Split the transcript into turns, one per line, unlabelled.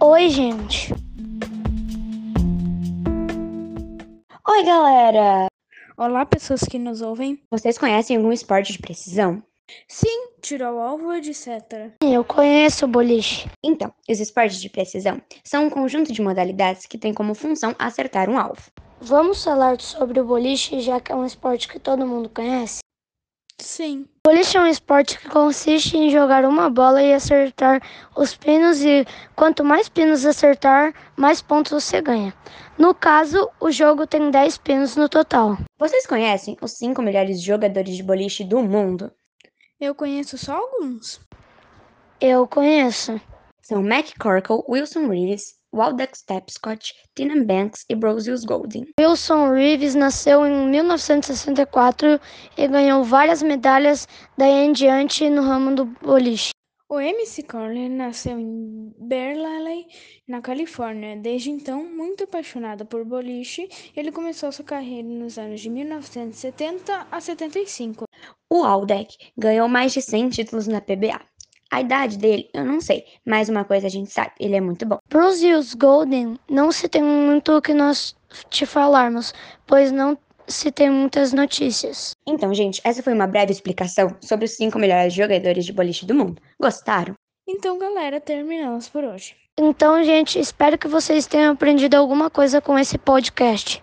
Oi, gente. Oi, galera.
Olá, pessoas que nos ouvem.
Vocês conhecem algum esporte de precisão?
Sim, tiro ao alvo, etc.
Eu conheço o boliche.
Então, os esportes de precisão são um conjunto de modalidades que tem como função acertar um alvo.
Vamos falar sobre o boliche, já que é um esporte que todo mundo conhece?
Sim.
O boliche é um esporte que consiste em jogar uma bola e acertar os pinos e quanto mais pinos acertar, mais pontos você ganha. No caso, o jogo tem 10 pinos no total.
Vocês conhecem os 5 melhores jogadores de boliche do mundo?
Eu conheço só alguns.
Eu conheço.
São Mac Corkle, Wilson Reeves, Waldeck Stepscott, Tina Banks e Brosius Golden.
Wilson Reeves nasceu em 1964 e ganhou várias medalhas daí em diante no ramo do boliche.
O MC Corley nasceu em Berkeley, na Califórnia. Desde então, muito apaixonado por boliche, ele começou sua carreira nos anos de 1970 a 75.
O Waldeck ganhou mais de 100 títulos na PBA. A idade dele, eu não sei, mas uma coisa a gente sabe, ele é muito bom.
Brosius Golden não se tem muito o que nós te falarmos, pois não se tem muitas notícias.
Então, gente, essa foi uma breve explicação sobre os 5 melhores jogadores de boliche do mundo. Gostaram?
Então, galera, terminamos por hoje.
Então, gente, espero que vocês tenham aprendido alguma coisa com esse podcast.